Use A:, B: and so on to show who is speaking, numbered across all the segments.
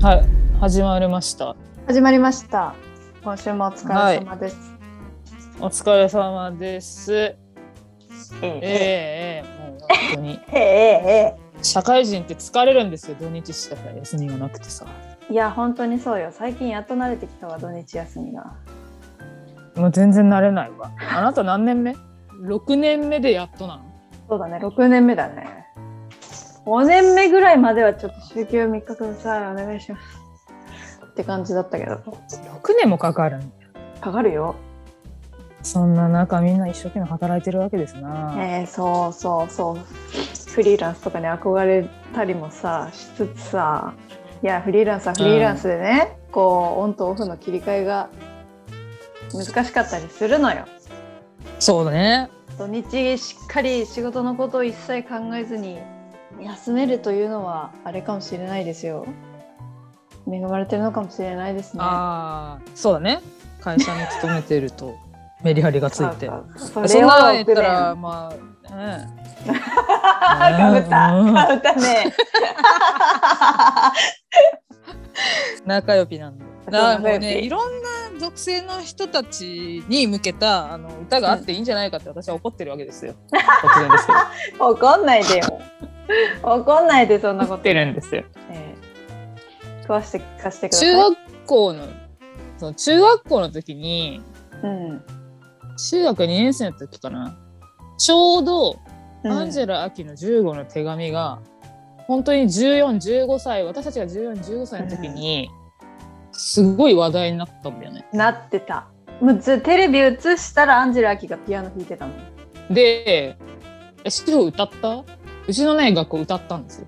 A: はい、始まりました。
B: 始まりました。今週もお疲れ様です。
A: お疲れ様です。え
C: え
A: えええもう本当に
C: えええ
A: 社会人って疲れるんですよ。土日しかさ休みがなくてさ。
C: いや本当にそうよ最近やっと慣れてきたわ土日休みが
A: もう全然慣れないわ。あなた何年目？6年目でやっとなの。
C: そうだね6年目だね5年目ぐらいまではちょっと週休3日くださいお願いしますって感じだったけど
A: 6年もかかるんだよ。
C: かかるよ
A: そんな中みんな一生懸命働いてるわけですな。
C: ええそうそうそうフリーランスとかに憧れたりもさしつつさいやフリーランスはフリーランスでね、こうオンとオフの切り替えが難しかったりするのよ
A: そうだね。
C: 土日しっかり仕事のことを一切考えずに休めるというのはあれかもしれないですよ恵まれてるのかもしれないですね
A: ああ、そうだね。会社に勤めてる とメリハリがついて。
C: そ
A: そん
C: れを
A: なんやった
C: 6
A: ら
C: 年
A: まあ、 ね、
C: かぶった
A: うん
C: かぶった ね
A: 仲良きなんで。
C: そう
A: だからもう
C: 仲良
A: ね、
C: き
A: いろんな属性の人たちに向けたあの歌があっていいんじゃないかって私は怒ってるわけですよ。突然ですけど。
C: 怒んないでよ怒んないでそん な
A: 怒
C: こ
A: っ
C: と、
A: てるんですよ。
C: ええ食わして聞かせてください
A: 中学校のその中学校の時に
C: うん
A: 中学2年生の時かなちょうど
C: うん
A: アンジェラ・アキの15の手紙が本当に1415歳私たちが1415歳の時にすごい話題になったんだよね。
C: なってたもうずテレビ映したらアンジェラ・アキがピアノ弾いてたもん
A: で「えシロ歌ったうちのね学校歌ったんですよ。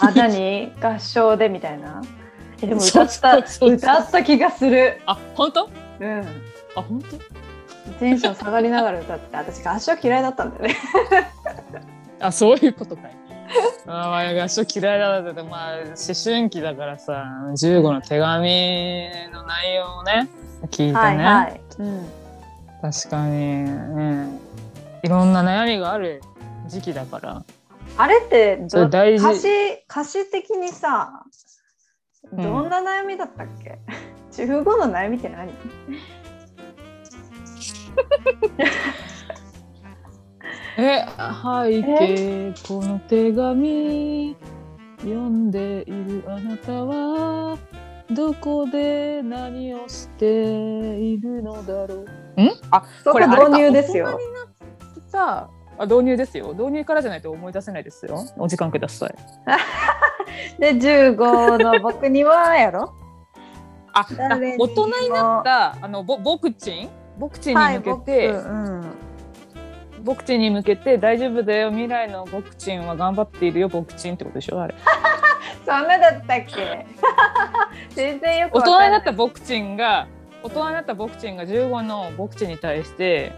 C: あ、何 合唱でみたいな。え、でも歌
A: そ
C: っ
A: うそう
C: た、
A: そう
C: 歌った気がする。
A: あ本当
C: うん。
A: あ本当
C: テンション下がりながら歌って、私合唱嫌いだったんだよね。
A: あそういうこと かい。あまあ合唱嫌いだったけどまあ思春期だからさ15の手紙の内容をね聞いてね、
C: はいはい。うん。
A: 確かに、うん、いろんな悩みがある時期だから
C: あれってど
A: それ大
C: 歌
A: 事
C: 詞、歌詞的にさ、
A: ん
C: どんな悩みだったっけ、?15 の悩みって何
A: え背景この手紙読んでいるあなたはどこで何をしているのだろうんあこ
C: そこ
A: れ
C: 導入ですよ。
A: さあ導入ですよ導入からじゃないと思い出せないですよお時間ください
C: で、15の僕にはやろ
A: あ
C: 誰にも
A: 大人になったあのぼボクチンボクチン
C: は
A: に
C: い、
A: 向け
C: 僕。
A: て、
C: うん。
A: ボクチンに向けて大丈夫だよ未来のボクチンは頑張っているよボクチンってことでしょあれ
C: そんなだったっけ 全然よ
A: 大
C: くわかん
A: 人
C: な
A: に
C: い
A: なったボクチンが大人になったボクチンが15のボクチンに対して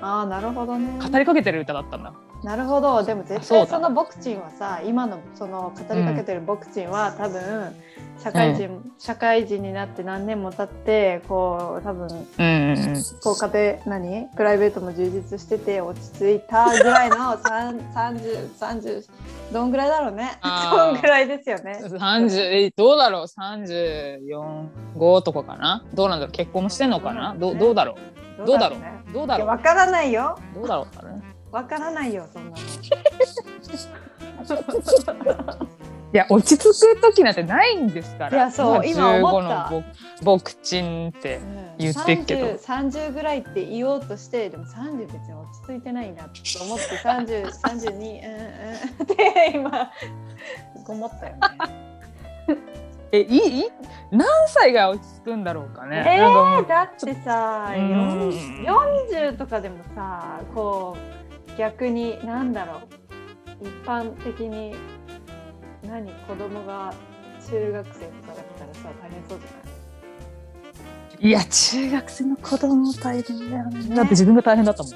C: ああなるほどね
A: 語りかけてる歌だったんだ
C: なるほどでも絶
A: そうだ
C: 対そのボクチンはさ今のその語りかけてるボクチンは、多分社会人、社会人になって何年も経ってこう多
A: うん
C: 分
A: うんうん
C: こう家庭何プライベートも充実してて落ち着いたぐらいの3030どんぐらいだろうね
A: あー
C: どんぐらいですよね
A: 30えどうだろう345とかかなどうなんだろう結婚もしてんのかなどうどうだろうどうだろ
C: ね
A: うどう
C: い
A: だ
C: や
A: ろう
C: わからないよ
A: どうだろうかね
C: わからないよそんなの
A: いや落ち着く時なんてないんですから
C: いやそう今思った
A: 15のボボクチンって言ってっけど
C: 30 30ぐらいって言おうとしてでも30別に落ち着いてないなと思って 3032うんうん って今思ったよね。
A: えいいいい何歳が落ち着くんだろうかね、
C: え
A: なんかもう
C: ー、だってさ
A: うん
C: よん40とかでもさこう逆になんだろう一般的に何子供が中学生とかだったらさ大変そうじゃない
A: いや中学生の子供大変だよね
C: ね
A: だって自分が大変だ ったもん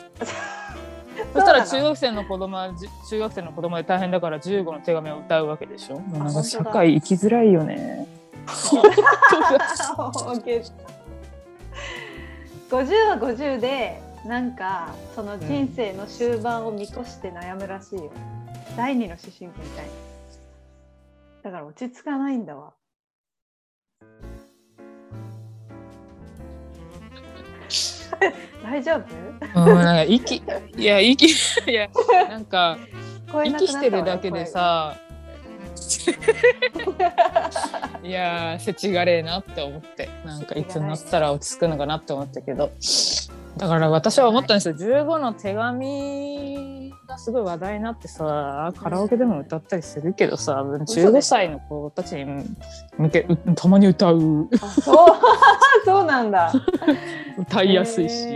A: そしたら
C: そ
A: 中
C: うなの
A: 学生の子供はじ中学生の子供で大変だから15の手紙を歌うわけでしょもうなんか
C: 本当
A: 社
C: だ
A: 会生きづらいよね本当だ
C: OK 50は50でなんかその人生の終盤を見越して悩むらしいよ、第二の思春期みたいなだから落ち着かないんだわ 大丈夫
A: うん、なんか息 いや息いやなんか
C: 聞こえな
A: 息
C: くなった
A: し
C: わ
A: てるだけでさいやーせちがれえなって思ってなんかいつになったら落ち着くのかなって思ったけどだから私は思ったんですよ15の手紙がすごい話題になってさカラオケでも歌ったりするけどさ15歳の子たちに向けうたまに歌う
C: 声あそう そうな んだ
A: 歌いやすいし、
C: へ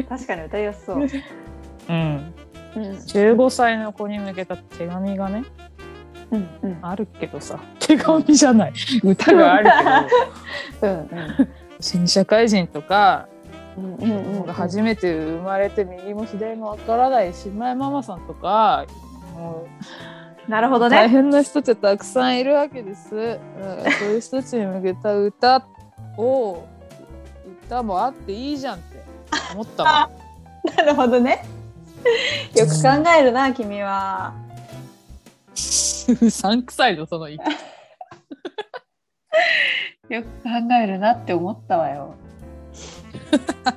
C: ー確かに歌いやすそう、
A: うん、
C: うんうん
A: 15歳の子に向けた手紙がね
C: うん
A: あるけどさ手紙じゃない歌があるけど新社会人とか
C: うんうんうんうん
A: 僕が初めて生まれて右も左もわからない姉妹ママさんとかも
C: なるほ
A: う
C: ど
A: 大
C: ね
A: 変な人ってたくさんいるわけです、 うんそういう人たちに向けた歌を歌もあっていいじゃんって思ったわ
C: なるほどねよく考えるな君は
A: うさんくさいぞその意 見
C: よく考えるなって思ったわよ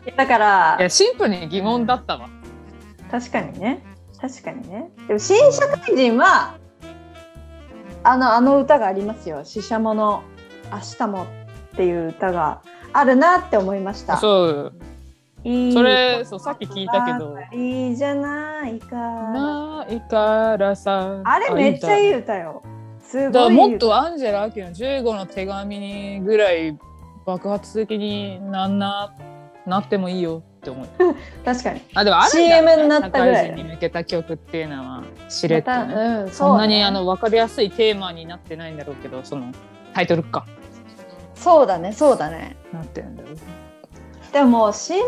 C: い やだから
A: いやシンプルに疑問だったわ
C: 確かにね確かにねでも新社会人はあのあの歌がありますよ「ししゃもの明日も」っていう歌があるなって思いました
A: そう
C: いい
A: それそうさっき聞いたけど
C: いいじゃないか
A: ないからさ
C: あれめっちゃい
A: い
C: い歌よす
A: だか
C: ご
A: ら
C: い
A: もっとアンジェラ・アキの15の手紙にぐらい爆発的になんななってもいいよって思う。
C: 確かに
A: あでもあるんだ、
C: CM になったぐら
A: 社
C: い
A: 会人に向けた曲っていうのは知れた、
C: ま
A: ね
C: たうん
A: そんなに
C: ね
A: あの分かりやすいテーマになってないんだろうけどそのタイトルか
C: そうだねそうだね
A: なってるんだろう。
C: でも新米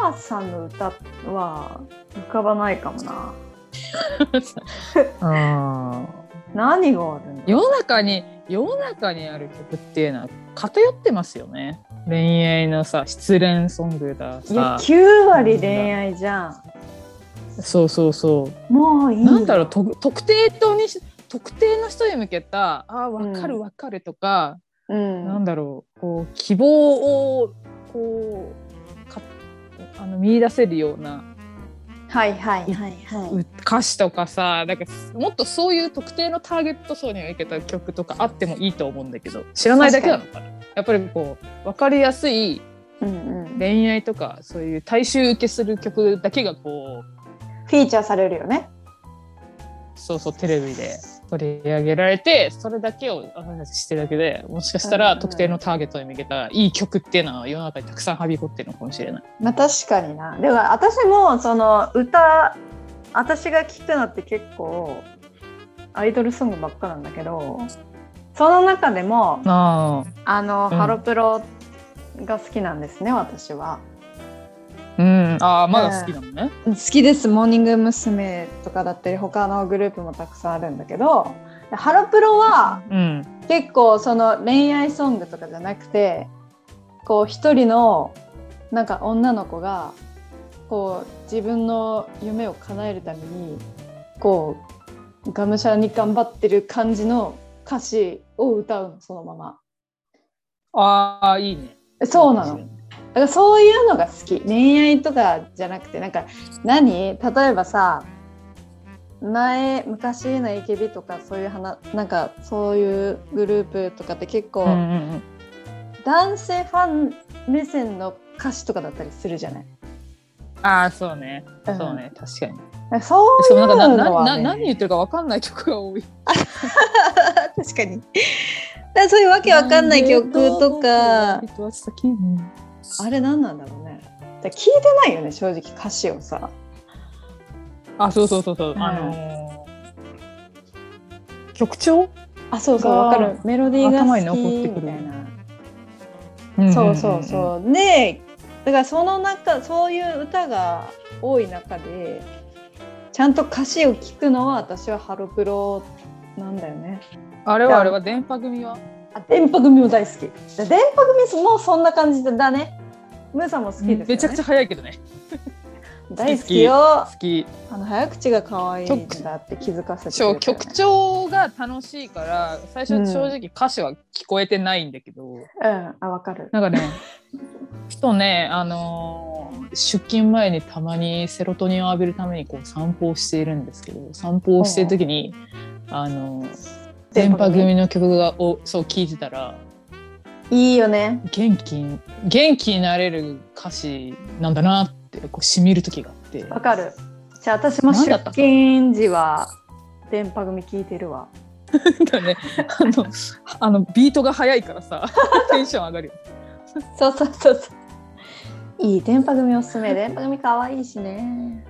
C: ママさんの歌は浮かばないかもな何があるんだろう
A: 世の中に世の中にある曲っていうのは偏ってますよね。恋愛のさ失恋ソングだ
C: い
A: さ
C: や9割恋愛じゃん。
A: そうそうそう
C: もういいよ。
A: なんだろうと特定とにし特定の人に向けたあーわか
C: う
A: る
C: ん
A: わかるとか、
C: う。
A: なんんだろうこう希望をこうかあの見出せるような
C: はいはいはいは
A: う歌詞とかさなんかもっとそういう特定のターゲット層に向けた曲とかあってもいいと思うんだけど知らないだけなのかなやっぱりこう分かりやすい
C: い。うんうん。フ
A: 恋愛とかそういう大衆受けする曲だけがこう
C: ィーチャーされるよね。
A: そうそうテレビで取り上げられてそれだけを私たちしてるだけでもしかした
C: う
A: ら
C: ん
A: 特定のターゲットに向けたいい曲っていうのは世の中にたくさんはびこってるのかもしれない。
C: まあ確かにな。でも私もその歌私が聴くのって結構アイドルソングばっかなんだけどその中でも
A: あ
C: あの、
A: うん
C: ハロプロが好きなんですね私は。
A: うん、あーまだ好きなのね。
C: 好きですモーニング娘。とかだったり他のグループもたくさんあるんだけどハロプロは
A: うん、
C: 結構その恋愛ソングとかじゃなくてこう一人のなんか女の子がこう自分の夢を叶えるためにこうがむしゃらに頑張ってる感じの歌詞を歌うのそのまま
A: ああいいね。
C: そうなのだからそういうのが好き恋愛とかじゃなくてなんか何例えばさ前昔の AKB とかそういう話なんかそういうグループとかって結構、
A: うんうんうん
C: 男性ファン目線の歌詞とかだったりするじゃない。
A: ああそうね、
C: うん
A: そうね確かに。
C: なんかそう
A: しか
C: い
A: も
C: う
A: な
C: の
A: んかなな
C: は、
A: な
C: ね、
A: 何言ってるかわかんない曲が多い。
C: 確かに。だからそういうわけわかんない曲とか、あれ何なんだろうね。だから聞いてないよね正直歌詞をさ。
A: あそうそうそうそう、
C: うん
A: あのー曲調、
C: あそうそう
A: が
C: わかるメロディーが
A: 頭に
C: 好
A: 残って
C: き
A: く
C: み
A: る
C: たいな。そうそうそう。でだからその中そういう歌が多い中でちゃんと歌詞を聞くのは私はハロプロなんだよね。
A: あれはあれは電波組は
C: あ電波組も大好き電波組もそんな感じだねムーさんも好きですよ、ね、
A: めちゃくちゃ早いけどね
C: 大好きよ
A: 好き
C: あの早口が可愛いん
A: 曲
C: だって気づかせてくれ
A: そう
C: たよね
A: 曲調が楽しいから最初正直歌詞は聞 こえてないんだけど、
C: うんあわかる
A: なんかねふとねあの出勤前にたまにセロトニンを浴びるためにこう散歩をしているんですけど散歩をしてる時にあの電波組の曲がをそう聴いてたら
C: いいよね。
A: 元気に元気になれる歌詞なんだなってこうしみる時があって
C: わかる。じゃあ私も
A: なん
C: 出
A: だったか
C: 勤時は電波組聞いてるわ。
A: だねあのあのビートが速いから さテンション上がるよ
C: そうそうそうそう。いい電波組おすすめ。電波組可愛いしね。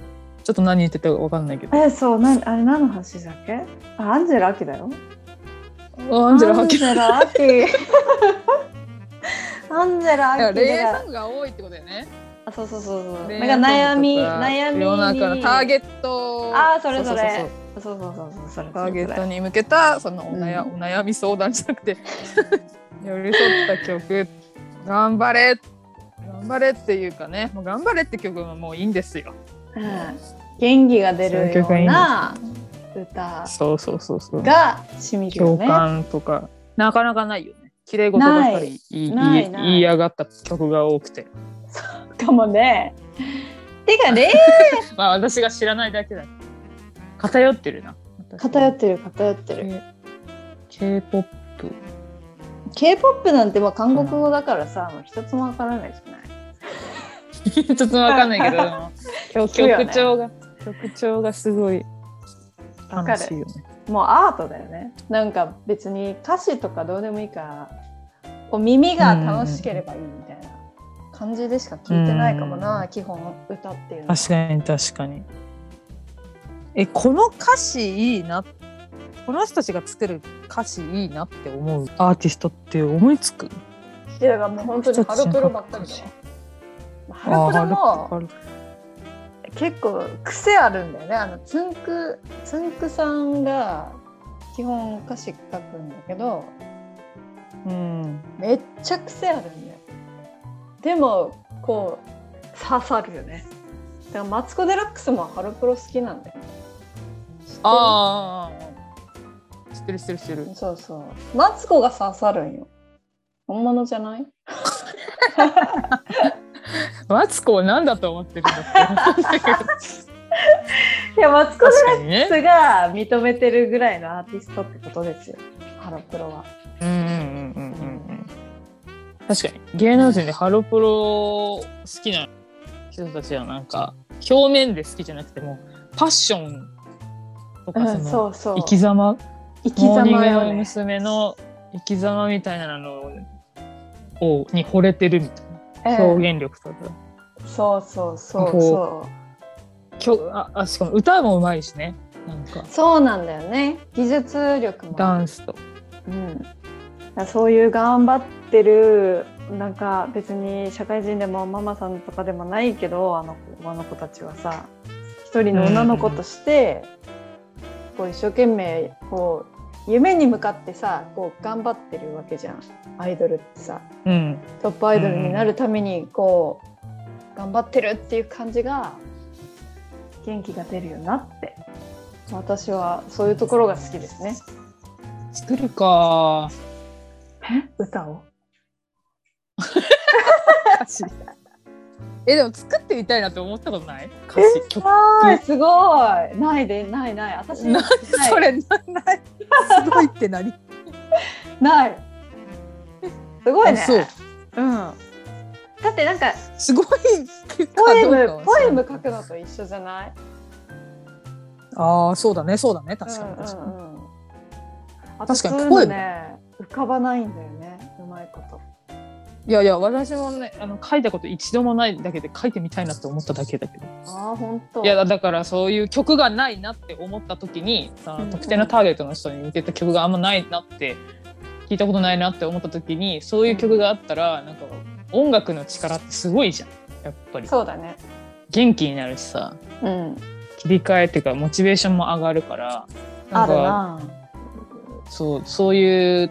A: ちょっと何言ってたか分かんないけど
C: え、そう、なんあれ何の話だっけあアンジェラ・アキだよ。
A: アンジェラハキ
C: アンジェラ・アキ。 アンジェラ・アキだ
A: 恋愛ソングが多いってことだよね
C: あそうそうそうそう。
A: 恋
C: な
A: 愛
C: んか悩み
A: ソングとか
C: 悩みに
A: 世の中のターゲット
C: あーそれそ
A: う
C: れ
A: ううう
C: そうそうそうそうそれそれそれ。
A: ターゲットに向けたそのお悩,、お悩み相談じゃなくて 寄り添った曲「頑張れ」頑張れっていうかね「もう頑張れ」って曲はもういいんですよ。
C: うん元気が出る
A: そ
C: よ
A: う
C: う
A: いう曲
C: な歌
A: そうそうそうそう。
C: がしみるよ
A: 共
C: ね。
A: 感とかなかなかないよね。綺麗事ばっかり言い
C: ない
A: 言い
C: ない
A: 言い上がった曲が多くて。
C: かもね。てか恋愛
A: まあ私が知らないだけだ。偏ってるな。
C: 偏ってる偏ってる。
A: る。K-POP。
C: K-POP なんてまあ韓国語だからさ、もう一つもわからないじゃな い。
A: ちょっとわかんないけどで も、曲
C: くよね
A: 曲調が、曲調がすごい
C: わか
A: 楽しい
C: る。
A: よね。
C: もうアートだよね。なんか別に歌詞とかどうでもいいから、こう耳が楽しければいいみたいな感じでしか聞いてないかも
A: う
C: な、基本歌っていうのは。
A: 確かに確かに。えこの歌詞いいなこの人たちが作る歌詞いいなって思うアーティストって思いつく
C: いやだからもう本当にハロプロばっかりだわ。ハロプロも
A: あ
C: 結構癖あるんだよね。あのつんくつんくさんが基本歌詞書くんだけど、
A: うん、
C: めっちゃ癖あるんだよ。でもこう刺さるよね。だからマツコデラックスもハロプロ好きなんだよ。あ
A: ああ知ってる知ってる知ってる
C: そうそう。マツコが刺さるんよ。本物じゃない？
A: マツコを何だと思ってるんだって
C: いやマツコデ
A: 確かに
C: ラッ
A: ね
C: クスが認めてるぐらいのアーティストってことですよ。ハロプロは。
A: うんうんうんうんうん確かに芸能人でハロプロ好きな人たちはなんか表面で好きじゃなくてもうパッションとか
C: う
A: そ
C: ん、
A: の
C: そうそう。
A: 生き様
C: 生き
A: モーニン
C: 様
A: グ
C: よ
A: の
C: ね。
A: 娘の生き様みたいなのをに惚れてるみたい
C: ええ
A: な表現力とか、
C: そうそうそう
A: こ
C: そ
A: きょああしかも歌もうまいしねなんか
C: う。そうなんだよね。技術力も。
A: ダンスと
C: うん。だからそういう頑張ってるなんか別に社会人でもママさんとかでもないけどあの子あの子たちはさ一人の女の子として、こう一生懸命こう夢に向かってさこう頑張ってるわけじゃんアイドルってさ
A: うん
C: トップアイドルになるためにこう頑張ってるっていう感じが元気が出るよなって私はそういうところが好きですね
A: 作るか
C: 歌を
A: 歌詞 えでも作ってみたいなって思ったことない歌詞曲
C: はいすごいないでないない私
A: な
C: ない
A: いそれなないすごいって何
C: ないすごいね
A: あそう
C: うんだってなんか
A: すごい
C: ポエ
A: かどうか
C: ム
A: は
C: ポエム書くのと一緒じゃない
A: ああそうだねそうだね確かに確かに、
C: うんうんうんあと
A: 確かに
C: そういうのね浮かばないんだよねうまいこと
A: いやいや私もねあの書いたこと一度もないだけで書いてみたいなって思っただけだけど
C: ああ本当
A: いやだだからそういう曲がないなって思った時にさ
C: うんうん
A: 特定のターゲットの人に似てた曲があんまないなって聞いたことないなって思った時にそういう曲があったらなんか音楽の力ってすごいじゃんやっぱり
C: そうだね
A: 元気になるしさ
C: うん
A: 切り替えっていうかモチベーションも上がるからな
C: あ
A: ん
C: る
A: か
C: な
A: そうそういう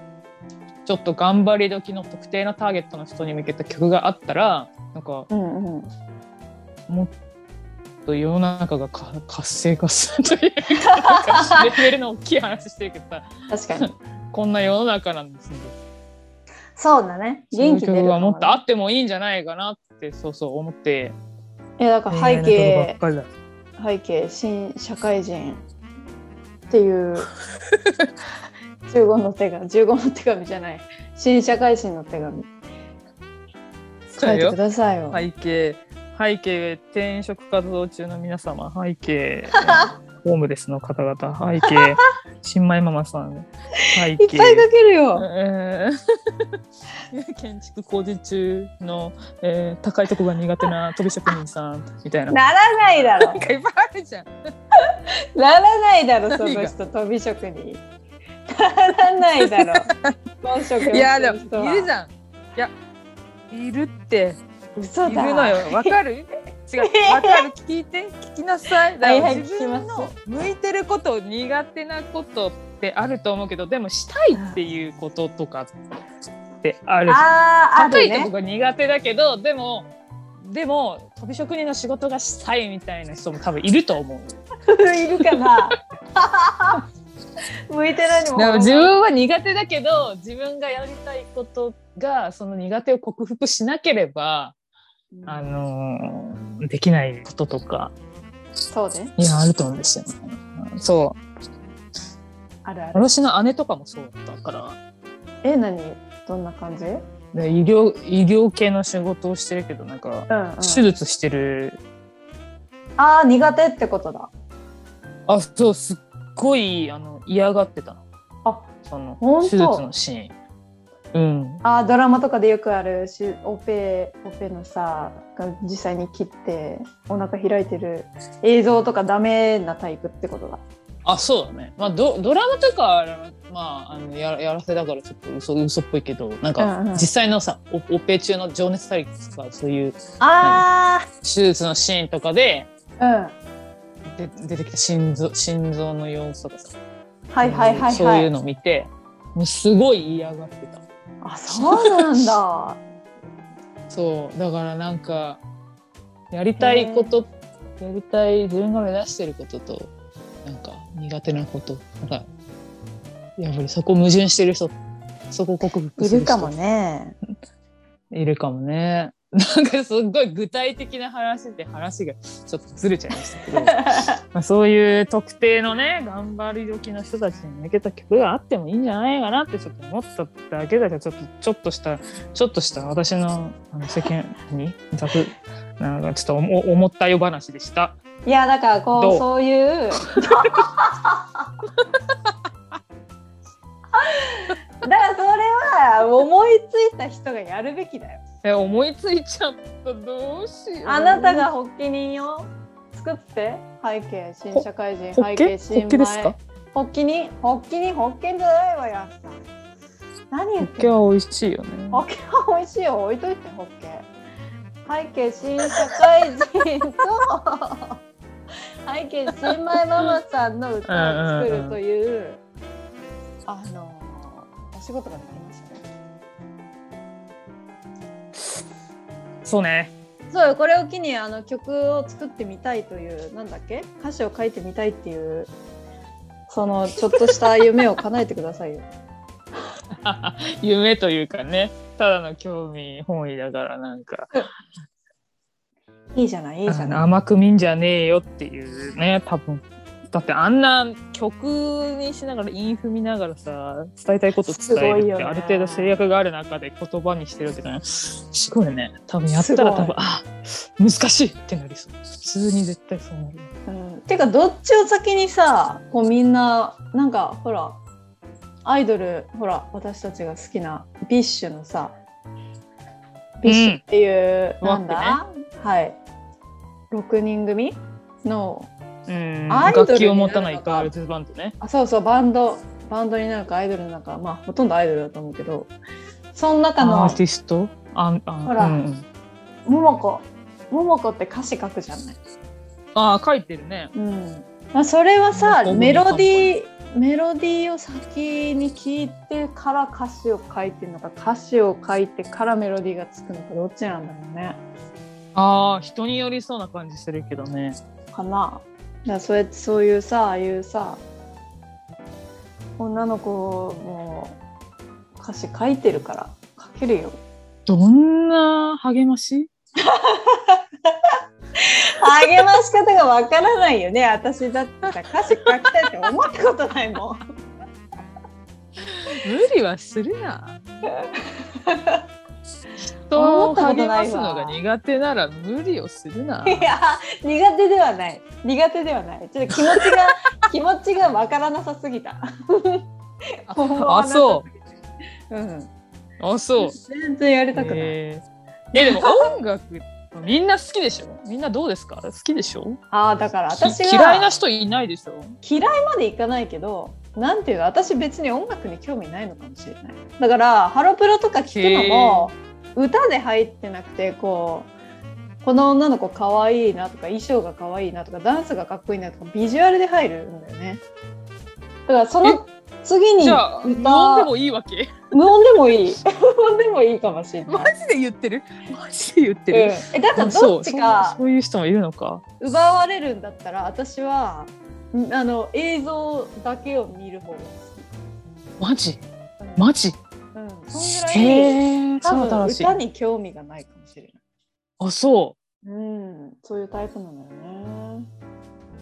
A: ちょっと頑張り時の特定のターゲットの人に向けた曲があったらなんか
C: うんうん
A: もっと世の中がか活性化するという かレベルの大きい話してるけどさ
C: 確か に
A: こんな世の中なんですね。
C: そうだね元気
A: そう
C: 出
A: いう
C: る
A: 曲
C: か
A: がもっとあ
C: ね
A: ってもいいんじゃないかなってそうそう思って
C: いやだから
A: 恋愛
C: 背
A: のことばっ
C: 景
A: かりだ
C: 背景新社会人っていう15の手紙15の手紙じゃない新社会人の手紙書いてくださいよ。
A: 背景背景転職活動中の皆様背景 ホームレスの方々背 景新米ママさん背
C: い
A: 景
C: っぱい書けるよ。
A: えー 建築工事中の、えー高いとこが苦手な飛び職人さんみたいな。
C: ならないだろ
A: なん。かいっぱいあるじゃん。
C: ならないだろ、そ
A: 何
C: の
A: が
C: 人、飛び職に。ならないだろ。本職
A: いやでもいる
C: ゃ
A: じゃん。いやいるって
C: ん。嘘
A: い
C: だ。
A: るのよ。わかる？ 違う。わかる。聞いて聞きなさい。だから
C: はいはい
A: 自分の向いてること苦手なことってあると思うけど、でもしたいっていうこととかってあるじゃん。
C: ああ、あ
A: 高
C: る
A: いとこ
C: ね。
A: が苦手だけど、でもでも飛び職人の仕事がしたいみたいな人も多分いると思う。
C: いるかな。 向いてないにも
A: でも自分は苦手だけど自分がやりたいことがその苦手を克服しなければ、あのーできないこととか
C: そうね。
A: いやあると思うんですよね。そう
C: あるある。
A: 私の姉とかもそうだったから
C: え、何どんな感じうん
A: で医療医療系の仕事をしてるけどなんか
C: うん。
A: 手術してる
C: ああ、苦手ってことだ。
A: あそうすっごいあの嫌がってたの
C: あ
A: その
C: ほんと
A: 手術のシーン。うん、
C: あードラマとかでよくあるしオペオペのさが実際に切ってお腹開いてる映像とかダメなタイプってことだ
A: あそうだね、まあ、ドドラマとかはまあ、あのやらやらせだからちょっと嘘嘘っぽいけどなんか
C: うんうん
A: 実際のさ、オオペ中の情熱大陸とかそういう
C: あ
A: 手術のシーンとかで
C: ーうん
A: で出てきた心臓心臓の様子とかさ、
C: はいはいはいはい
A: そういうの見てもうすごい嫌がってた
C: あそうな んだ
A: そうだからなんかやりたいことやりたい自分が目指してることとなんか苦手なことなんかやっぱりそこ矛盾してる人そこ克服
C: い
A: する人
C: るかもね
A: いるかもね。 なんかすっごい具体的な話で話がちょっとずれちゃいましたけどまあそういう特定のね頑張り時の人たちに向けた曲があってもいいんじゃないかなってちょっと思っただけだけどちょっとちょっとしたちょっとした私のあの世間に雑なんかちょっと思思ったよ話でした。
C: いやだからこ
A: ど
C: う
A: う
C: そ ういう だからそれは思いついた人がやるべきだよ
A: え思いついちゃったどうしよう。
C: あなたが発起人を作って背景新社会人
A: ホ
C: 背
A: ッケ
C: 景
A: ホ
C: 新
A: ッケですか
C: 米？発起人発起人発見じゃないわやっさん何
A: ホ
C: 言っ
A: ッ
C: て
A: ケ
C: んの
A: は美味しいよね。
C: ホッケは美味しいよ置いといてホッケ背景新社会人と 背景新米ママさんの歌を作るというあのお仕事ができましたね
A: そうね。
C: そうこれを機にあの曲を作ってみたいというなんだっけ歌詞を書いてみたいっていうそのちょっとした夢を叶えてくださいよ。
A: 夢というかねただの興味本位だからなんか
C: いいじゃないいいじゃ
A: あの
C: ない。
A: 甘く見んじゃねえよっていうね多分だってあんな曲にしながら韻踏みながらさ伝えたいこと伝える
C: すご
A: っ
C: い
A: て、
C: よね
A: ある程度制約がある中で言葉にしてるわけだねすごいよね多分やったら多
C: すご
A: 分
C: い
A: あ難しいってなりそう普通に絶対そうなる
C: うん、てかどっちを先にさこうみんななんかほらアイドルほら私たちが好きなビッシュのさビッシュっていう、
A: うん
C: なんだ、はい6人組の
A: うん
C: アイドル
A: 楽器を持たない
C: になるのか
A: ガールズバンドね
C: あそうそうバンドバンドになるかアイドルになるかまあほとんどアイドルだと思うけどその中
A: ア
C: の
A: ーティストああ
C: ほら
A: うん、
C: ももこももこって歌詞書くじゃない、
A: あー書いてるね
C: うんまあ、それ
A: な
C: は
A: ん
C: さ
A: か思い
C: メロディーメロディーを先に聞いてから歌詞を書いてるのか歌詞を書いてからメロディーがつくのかどっちなんだろうね
A: ああ人によりそうな感じするけどね
C: かなだからそうやってそういうさああいうさ女の子も歌詞書いてるから書けるよ
A: どんな励まし
C: 励まし方がわからないよね私だったら歌詞書きたいって思ったことないもん
A: 無理はするやん。人を励ますのが苦手なら無理をする な。
C: いや 苦手ではない苦手ではないちょっと気持ち が気持ちがわからなさすぎた、
A: あ、そう
C: うん、
A: う。あ、そう。
C: 全然やりたくない、
A: えーえでも音楽みんな好きでしょみんなどうですか好きでしょ
C: ああだから私
A: き
C: が
A: 嫌いな人いないでしょ
C: 嫌いまでいかないけどなんていうの私別に音楽に興味ないのかもしれないだからハロプロとか聞くのも歌で入ってなくてこうこの女の子可愛いなとか衣装が可愛いなとかダンスがかっこいいなとかビジュアルで入るんだよねだからその次に
A: じゃあ飲んで
C: 歌
A: もいいわけ
C: 無音でもいい 無音でもいいかもしれない、
A: マジで言ってるマジで言って
C: うん、
A: る、
C: えだから
A: あそ
C: ど
A: う
C: っち
A: そう
C: か
A: そういう人もいるのか
C: 奪われるんだったら私はんあの映像だけを見る方が
A: マジ
C: 好き、
A: マジ
C: うん、うん、そんぐらい
A: へえ
C: 多
A: そう
C: 分
A: 楽しい
C: 歌に興味がないかもしれない。
A: あそう
C: うん、そういうタイプなんだよね。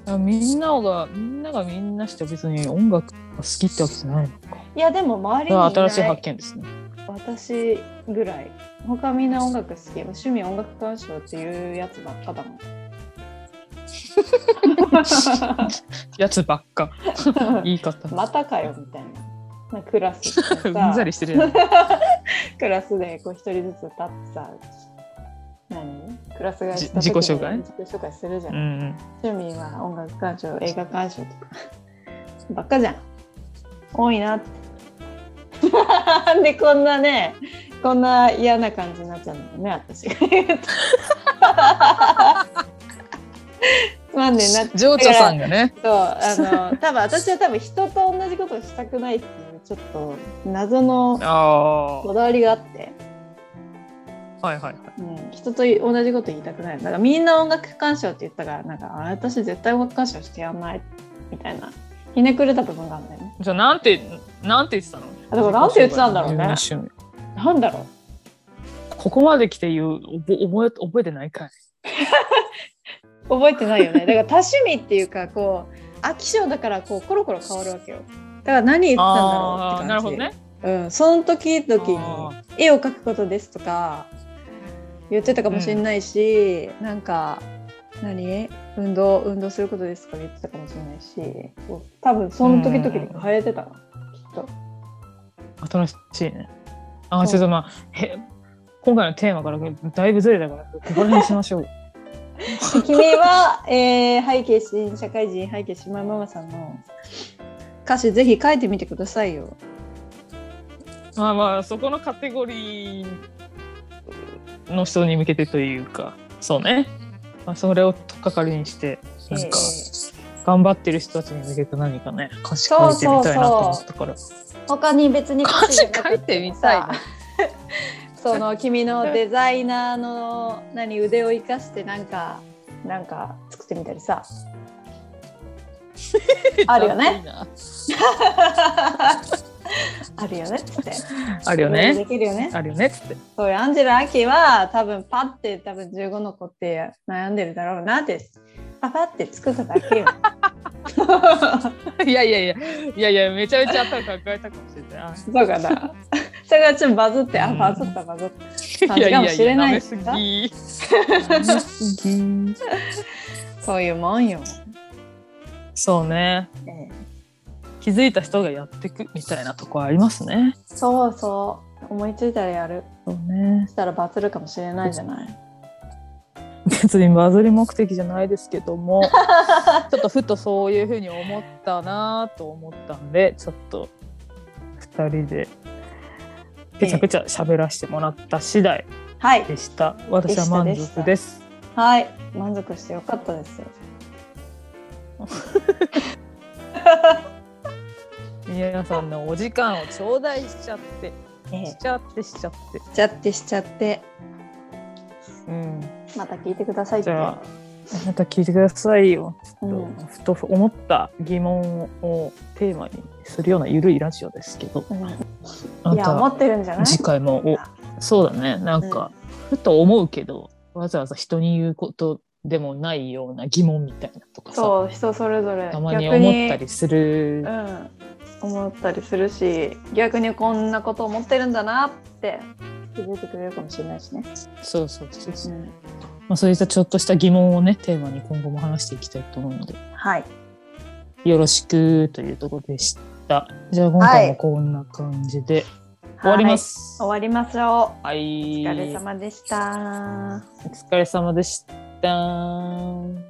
A: あみんながみんながみんなして別に音楽が好きってわけじゃないのか。
C: いやでも周
A: それ
C: りにいな
A: はい新しい発見ですね。
C: 私ぐらい他みんな音楽好き趣味音楽鑑賞っていうやつばっかだもん。
A: やつばっ か言い方。
C: またかよみたいな。なんかクラ スと
A: う
C: か
A: ん
C: さ
A: ざりしてるやん。
C: クラスでこう一人ずつ立ってさ何クラスが
A: じ自己紹介
C: 自己紹介するじゃ、
A: うんん。
C: 趣味は音楽鑑賞映画鑑賞とかばっかじゃん多いなってでこんなねこんな嫌な感じになっちゃうんだよね私が言うとつまんねえなって
A: 情緒さんがね。
C: そうあの多分私は多分人と同じことをしたくないっていうちょっと謎の
A: あ
C: こだわりがあって、
A: あはいはいはい。
C: うん、人と同じこと言いたくないだからみんな音楽鑑賞って言ったからなんかあ私絶対音楽鑑賞してやんないみたいなひねくれた部分があるんだよね
A: じゃあなんてなんて言ってたの？
C: あだからなんて言ってたんだろうね
A: 自己紹介の有名趣
C: なんだろう
A: 味ここまで来て言う覚覚え覚えてないかい。
C: 覚えてないよねだから多趣味っていうかこう飽き性だからこうコロコロ変わるわけよだから何言ってたんだろうって
A: あ
C: 感
A: ー
C: じ
A: なるほどね。
C: うん、その時々
A: あ
C: に絵を描くことですとか言ってたかもしれないし、なんか何運動運動することですとか言ってたかもしれないし多分その時々に変えてたな、きっと。
A: 新しいね。あーちょっとまあへ今回のテーマからだいぶずれたからここら辺にしましょう。
C: 君は、 えー、背景新社会人背景島ママさんの歌詞ぜひ書いてみてくださいよ。
A: まあまあそこのカテゴリーの人に向けてというかそうね、まあ、それを取っかかりにしてなんか
C: え
A: 頑張ってる人たちに向けて何かね歌詞書いてみたいなと思ったから
C: ー他に別に歌詞じゃなくもさ
A: 歌詞書いてみたいな
C: その君のデザイナーの何腕を生かしてなんかなんか作ってみた りさあるよねあるよねっつって
A: あるよ
C: で
A: ね
C: きるよね
A: あるよねっつって
C: そうアンジェラ・アキは多分パッて多分15の子って悩んでるだろうなってパパって作っただ けよ
A: いやいやいやいやいやめちゃめちゃ頭考えたかもしれない
C: そうかな それがちょっとバズってあ
A: うん
C: バズったバズった
A: あ いやいやいや
C: な
A: 舐
C: ん
A: め
C: か
A: す
C: もしれな
A: ぎ 舐めすぎ
C: そういうもんよ、
A: そうね
C: ええ
A: 気づいた人がやってくみたいなとこありますね
C: そうそう思いついたらやる
A: そうね
C: そしたらバズるかもしれないじゃない
A: 別にバズり目的じゃないですけど もちょっとふとそういうふうに思ったなと思ったんでちょっと2人でめちゃくちゃ喋らせてもらった次第
C: はい
A: でした私は満
C: でした
A: 足です
C: はい、満足してよかったですよ。
A: 皆さんのお時間を頂戴しちゃって
C: ええ
A: し、ちゃってしちゃって
C: しちゃってしちゃって、
A: うん
C: また聞いてくださいって。
A: じゃあまた聞いてくださいよ、
C: うん、
A: ふと思った疑問をテーマにするようなゆるいラジオですけど
C: うん
A: ま
C: いや、思
A: た
C: ってるんじゃない。
A: 次回もおそうだねなんか、ふと思うけどわざわざ人に言うことでもないような疑問みたいなとかさ
C: そう人それぞれ
A: たまに思ったりす
C: 逆
A: る
C: にうん、思ったりするし逆にこんなこと思ってるんだなって気づいてくれるかもしれないしね、
A: そうそうそうそうう、
C: ん、
A: まあ、そういったちょっとした疑問をねテーマに今後も話していきたいと思うので
C: はい
A: よろしくというところでしたじゃあ今回もこんな感じで終わりま、す
C: はい、終わりましょう
A: はい、
C: お疲れ様でした。
A: お疲れ様でした。